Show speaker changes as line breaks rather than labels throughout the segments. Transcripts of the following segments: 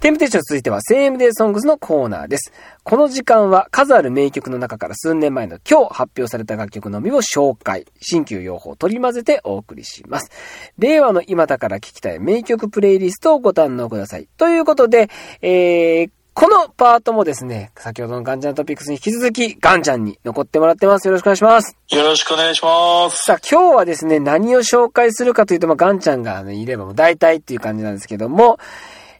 テンプテーション続いては CMD ソングスのコーナーです。この時間は数ある名曲の中から数年前の今日発表された楽曲のみを紹介、新旧用法を取り混ぜてお送りします。令和の今だから聴きたい名曲プレイリストをご堪能ください。ということで、えー、このパートもですね、先ほどのガンちゃんトピックスに引き続き、ガンちゃんに残ってもらってます。よろしくお願いします。
よろしくお願いします。
さあ、今日はですね、何を紹介するかというと、まあ、ガンちゃんが、ね、いればもう大体っていう感じなんですけども、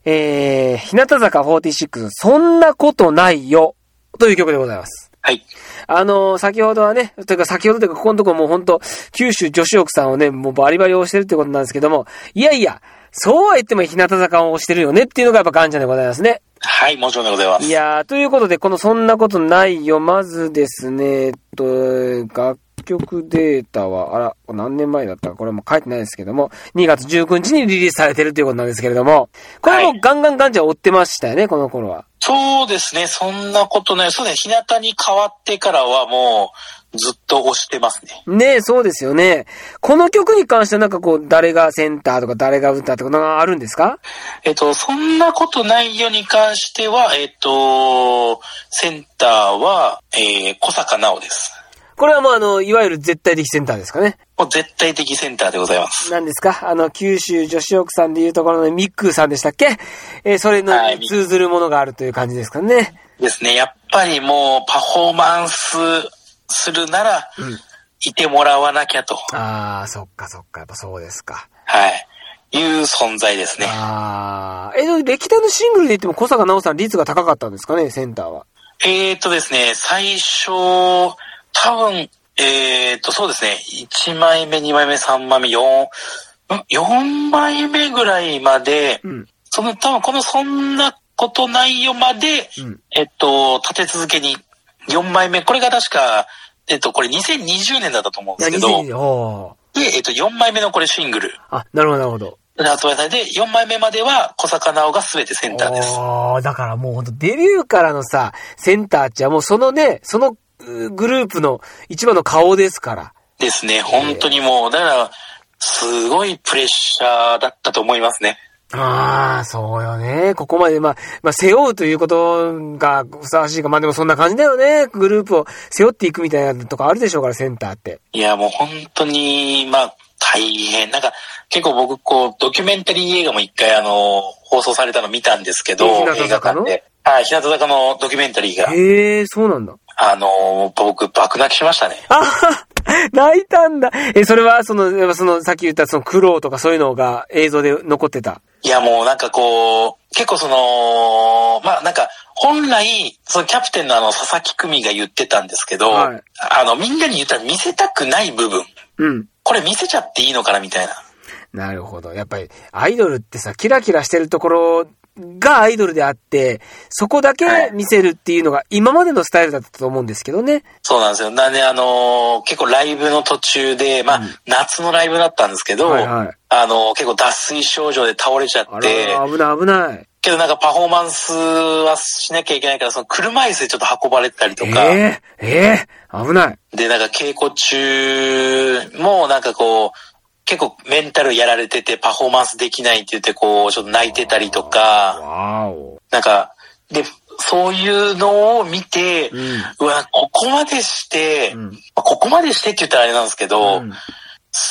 えー、日向坂46、そんなことないよ、という曲でございます。
はい。
あのー先ほどはね、というか先ほどというか、ここのとこもうほんと、九州女子奥さんをね、もうバリバリ押してるってことなんですけども、いやいや、そうは言っても日向坂を押してるよねっていうのがやっぱガンちゃんでございますね。
はい、もちろんでございます。
いやー、ということで、このそんなことないよ。まずですね、えっと、楽曲データは、あら、これ何年前だったか、これも書いてないですけども、2月19日にリリースされてるということなんですけれども、これ
は
もガンガンガンじゃ追ってましたよね、この頃は。
そうですね、そんなことない。そうですね、日向に変わってからはもう、ずっと押してますね。
ねえ、そうですよね。この曲に関してはなんかこう、誰がセンターとか誰が歌とかなんかあるんですか
えっと、そんなことないよに関しては、えっと、センターは、えー、小坂直です。
これはもうあの、いわゆる絶対的センターですかね。
もう絶対的センターでございます。
何ですかあの、九州女子奥さんでいうところのミックーさんでしたっけえーそれの
はい
通ずるものがあるという感じですかね。
ですね、やっぱりもう、パフォーマンスするなら、いてもらわなきゃと、
ああ、そっかそっか、やっぱそうですか。
はい、いう存在ですね。
ああ、え、でも歴代のシングルで言っても小坂直さん率が高かったんですかね、センターは。
えー、とですね、最初、多分、えー、と、そうですね、1枚目、2枚目、3枚目、4、4枚目ぐらいまで、
ん。
その、多分このそんなことないよまで、
うん
えっと、立て続けに、4枚目、これが確か、えっと、これ2020年だったと思うん
い
で
や、
すけど、
2000、お
で、えっと、4枚目のこれシングル
ーあ、なるほど、なるほど。
で発売されて、4枚目までは小坂直が全てセンターです。
おーだからもうほんとデビューからのさ、センターっちゃもうそのね、そのうグループの一番の顔ですから。
ですね、本当にもう、だから、すごいプレッシャーだったと思いますね。
ああ、そうよね。ここまで、まあ、まあ、背負うということがふさわしいか。まあでもそんな感じだよね。グループを背負っていくみたいなとかあるでしょうから、センターって。
いや、もう本当に、まあ、大変。なんか、結構僕、こう、ドキュメンタリー映画も一回、あの、放送されたの見たんですけど、
え日向
映画
坂
館
の
で。はい、日向坂のドキュメンタリーが、
へえ、そうなんだ。
あの、僕、爆泣きしましたね。
あはは泣いたんだ。え、それは、その、やっぱその、さっき言った、その、苦労とかそういうのが映像で残ってた。
いや、もうなんかこう、結構その、まあなんか、本来、そのキャプテンのあの、佐々木久美が言ってたんですけど、
はい
あの、みんなに言ったら見せたくない部分。
うん。
これ見せちゃっていいのかなみたいな。
なるほど。やっぱり、アイドルってさ、キラキラしてるところがアイドルであって、そこだけ見せるっていうのが、今までのスタイルだったと思うんですけどね。
そうなんですよ。なんで、あのー結構ライブの途中で、まあ、夏のライブだったんですけど、
はいはい
あのー結構脱水症状で倒れちゃ
あ
って、
ら、危ない危ない。
けどなんかパフォーマンスはしなきゃいけないから、その車椅子でちょっと運ばれてたりと
え
か、
えええ危ない。
で、なんか稽古中も、なんかこう、結構メンタルやられててパフォーマンスできないって言って、こう、ちょっと泣いてたりとか、
わーお。
なんか、で、そういうのを見て、
う
うんわ、ここまでして、
うん
まあここまでしてって言ったらあれなんですけど、
うん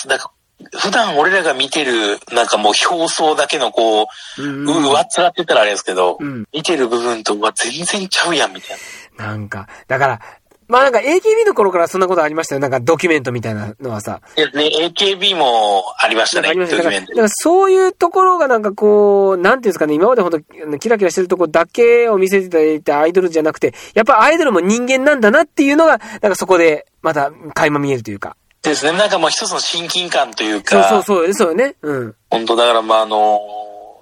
なんか、普段俺らが見てる、なんかもう表層だけのこう、
うん
うわっつらって言ったらあれですけど、
うん
見てる部分とは全然ちゃうやん、みたいな。
なんか、だから、まあなんか AKB の頃からそんなことありましたよ。なんかドキュメントみたいなのはさ。
いやね、AKB もありましたね、
ありました
ド
だから
キュメ
だ
ン
か
ト
らそういうところがなんかこう、なんていうんですかね、今までほんとあのキラキラしてるとこだけを見せていただいたアイドルじゃなくて、やっぱアイドルも人間なんだなっていうのが、なんかそこでまた垣間見えるというか。
ですね、なんかもう一つの親近感という
そう
か、
そうそう、そうよね。うん。
本当だからまああの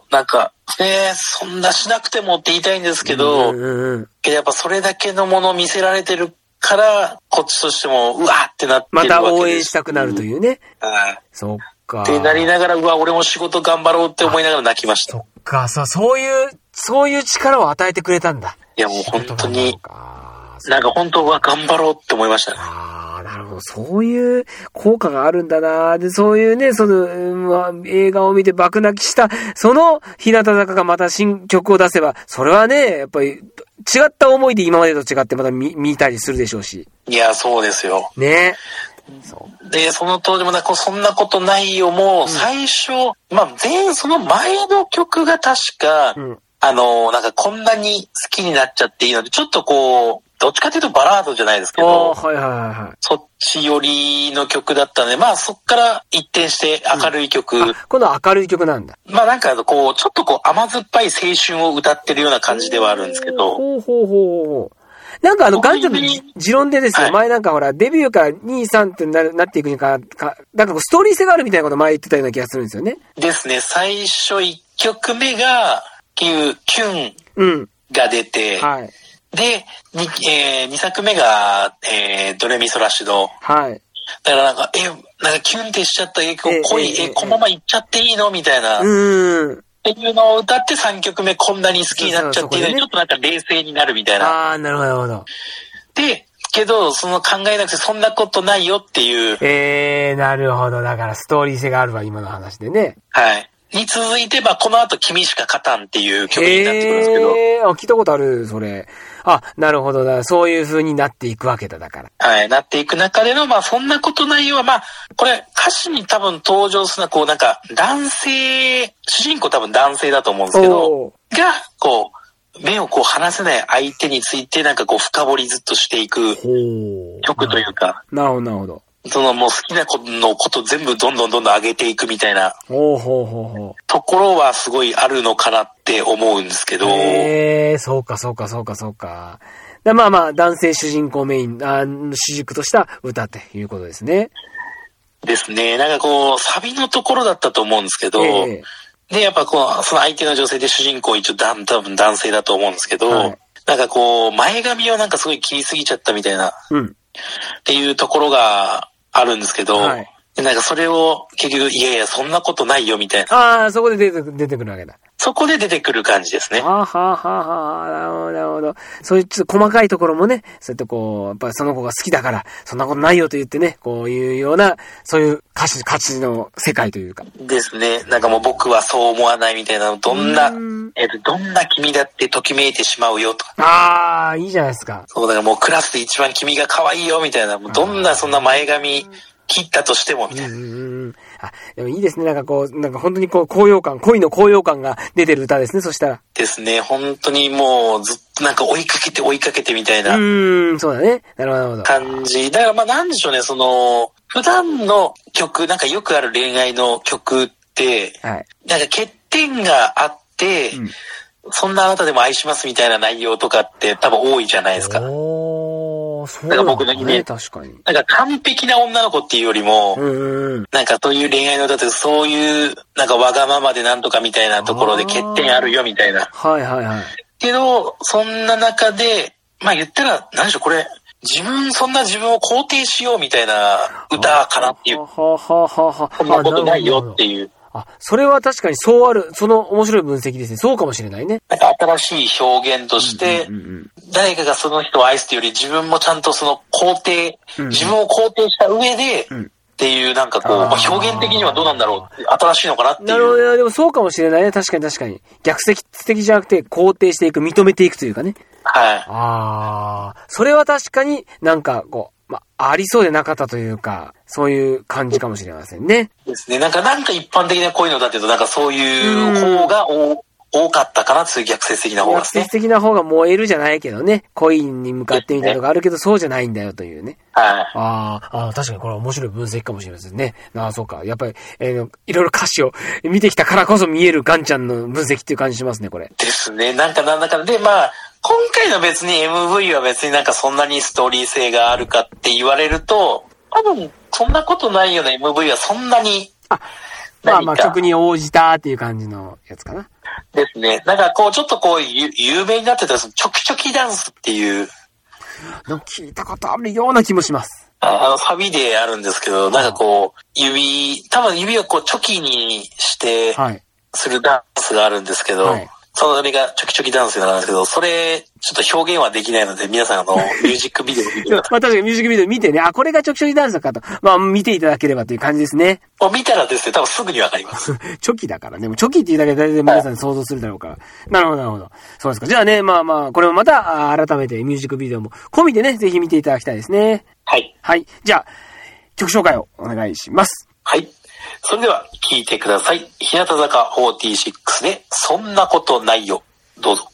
なんか、ね、そんなしなくてもって言いたいんですけど、
うんうんうん。
けどやっぱそれだけのものを見せられてるから、こっちとしても、うわーってなってるわ
ま
けです
た応援したくなるというね。
うん
そっか。
ってなりながら、うわ、俺も仕事頑張ろうって思いながら泣きました。
そ
い
っか、そう、そういう、そういう力を与えてくれたんだ。
や、もう本当
そういう
に
こ、となのか
なんか本当は頑張ろうって思いましたね。
ああ、なるほもうそういう効果があるんだなで、そういうね、その、うんまあ、映画を見て爆泣きした、その日向坂がまた新曲を出せば、それはね、やっぱり違った思いで今までと違ってまた見、見たりするでしょうし。
いや、そうですよ。
ね。そう。
で、その当時もな、こうそんなことないよ、もう、最初、まあ、前、その前の曲が確か、
うん
あの、なんかこんなに好きになっちゃっていいので、ちょっとこう、どっちかというとバラードじゃないですけ
あ
ど
ー、はいはいはいはい。
そっち寄りの曲だったので、まあそっから一転して明るい曲、
あ、今度は明るい曲なんだ。
まあなんかこう、ちょっとこう甘酸っぱい青春を歌ってるような感じではあるんですけど、
ほうほうほうほう。なんかあの、ガンジョの
僕に
持論でですよ、
はい
前なんかほら、デビューから2、3ってなるなっていくにか、かなんかこう、ストーリー性があるみたいなこと前言ってたような気がするんですよね。
ですね、最初1曲目が、キュキュン
うん。
が出て、
はい。
で、にえー、2作目が、えー、ドレミソラシド。
はい。
だからなんか、え、なんかキュンってしちゃった、え、こ
ええ
う
え
恋、
え
え、このまま行っちゃっていいのみたいな、
う
っ
ーん。
ていうのを歌って3曲目こんなに好きになっちゃっていいのに、
そう
ちょ
そ
っとなんか冷静になるみたいな。
ああ、なるほど、なるほど。
で、けど、その考えなくてそんなことないよっていう、
ええー、なるほど。だから、ストーリー性があるわ、今の話でね。
はい。に続いて、まあ、この後、君しか勝たんっていう曲になってくるんですけど、
えー、あ、聞いたことある、それ。あ、なるほどだ。そういう風になっていくわけだ、だから。
はい、なっていく中での、まあ、そんなことないよは、まあ、これ、歌詞に多分登場するのは、こう、なんか、男性、主人公多分男性だと思うんですけど、
おー
が、こう、目をこう離せない相手についてなんかこう深掘りずっとしていく
ほう。
曲というか、
なるほど、なるほど。
そのもう好きなことのこと全部どんどんどんどん上げていくみたいな
ほうほうほうほう。
ところはすごいあるのかなって思うんですけど、
ええそうか、そうか、そうか、そうか。だまあまあ、男性主人公メイン、あ主軸とした歌っていうことですね。
ですね。なんかこう、サビのところだったと思うんですけど、
え
で、やっぱこう、その相手の女性で主人公一応だん多分男性だと思うんですけど、
はい
なんかこう、前髪をなんかすごい切りすぎちゃったみたいな、
えうん。
っていうところがあるんですけど、
はい
でなんかそれを結局、いやいや、そんなことないよみたいな、
ああ、そこで出てく出てくるわけだ。
そこで出てくる感じですね。
ああ、はあ、はあ、はあ、なるほど、なるほど。そういうちょっと細かいところもね、そうやってこう、やっぱりその子が好きだから、そんなことないよと言ってね、こういうような、そういう歌詞、歌詞の世界というか。
ですね。なんかもう僕はそう思わないみたいなの、どんな
う、
えっと、どんな君だってときめいてしまうよとか。
ああ、いいじゃないですか。
そうだからもうクラスで一番君が可愛いよみたいな、もうどんなそんな前髪切ったとしてもみたいな。
うんうんうん。あ、でもいいですね。なんかこう、なんか本当にこう、高揚感、恋の高揚感が出てる歌ですね、そしたら。
ですね。本当にもうずっとなんか追いかけて追いかけてみたいうな
ーん、そうだね。なるほど、なるほど。
感じ。だからまあなんでしょうね、その、普段の曲、なんかよくある恋愛の曲って、
はい。
なんか欠点があって、
うん
そんなあなたでも愛しますみたいな内容とかって多分多いじゃないですか。
おー、そう
だ
な
から
んだ
僕のイメー
ね、
ジ
確かに。
なんか完璧な女の子っていうよりも、
うんうんうん。
なんかそういう恋愛の歌ってそういう、なんかわがままでなんとかみたいなところで
あー
欠点あるよみたいな。
はいはいはい。
けど、そんな中で、まあ言ったら、何でしょう、これ、自分、そんな自分を肯定しようみたいな歌かなっていう
は。はははは。
そんなことない
あ
よって
る
い
ほ
う。
どあ、それは確かにそうある、その面白い分析ですね。そうかもしれないね。
なんか新しい表現として
うん、うん
誰かがその人を愛すというより自分もちゃんとその肯定、
うん
自分を肯定した上で、
うん
っていうなんかこう、
あー
まあ、表現的にはどうなんだろうって新しいのかなって
なるほ
いう。
どね。でもそうかもしれないね。確かに確かに。逆説的じゃなくて、肯定していく、認めていくというかね。
はい。
ああ、それは確かになんかこう、まあ、ありそうでなかったというか、そういう感じかもしれませんね。
ですね。なんか、なんか一般的なこういうのだっていうと、なんかそういう方がお多かったかなそういう逆説的な方が
逆
ですね
説。的な方が燃えるじゃないけどね。恋に向かってみたいなのがあるけど、そうじゃないんだよというね。
はい。
あーあー、確かにこれは面白い分析かもしれませんね。ああ、そうか。やっぱり、えーいろいろ歌詞を見てきたからこそ見えるガンちゃんの分析っていう感じしますね、これ。
ですね。なんかなんだかんだで、まあ、今回の別に MV は別になんかそんなにストーリー性があるかって言われると、多分、そんなことないような MV はそんなに
まあまあ、
何か
曲に応じたっていう感じのやつかな。
ですね。なんかこう、ちょっとこう、ゆ有名になってた、そのチョキチョキダンスっていう、
なんか聞いたことあるような気もします。
ああの、サビであるんですけど、なんかこう、指、多分指をこう、チョキにして、
はい。
するダンスがあるんですけど、
はい。
そのノリがチョキチョキダンスなんですけど、それ、ちょっと表現はできないので、皆さん、あの、ミュージックビデオ見て
まあ確かにミュージックビデオ見てね、あ、これが直ョにダンスだかと、まあ見ていただければという感じですね。
もう見たらですね、多分すぐにわかります。
チョキだからね。もうチョキって言うだけで大体皆さん想像するだろうから。なるほど、なるほど。そうですか。じゃあね、まあまあ、これもまた、あ改めてミュージックビデオも込みでね、ぜひ見ていただきたいですね。
はい。
はい。じゃあ、曲紹介をお願いします。
はい。それでは、聞いてください。日向坂46で、そんなことないよ。どうぞ。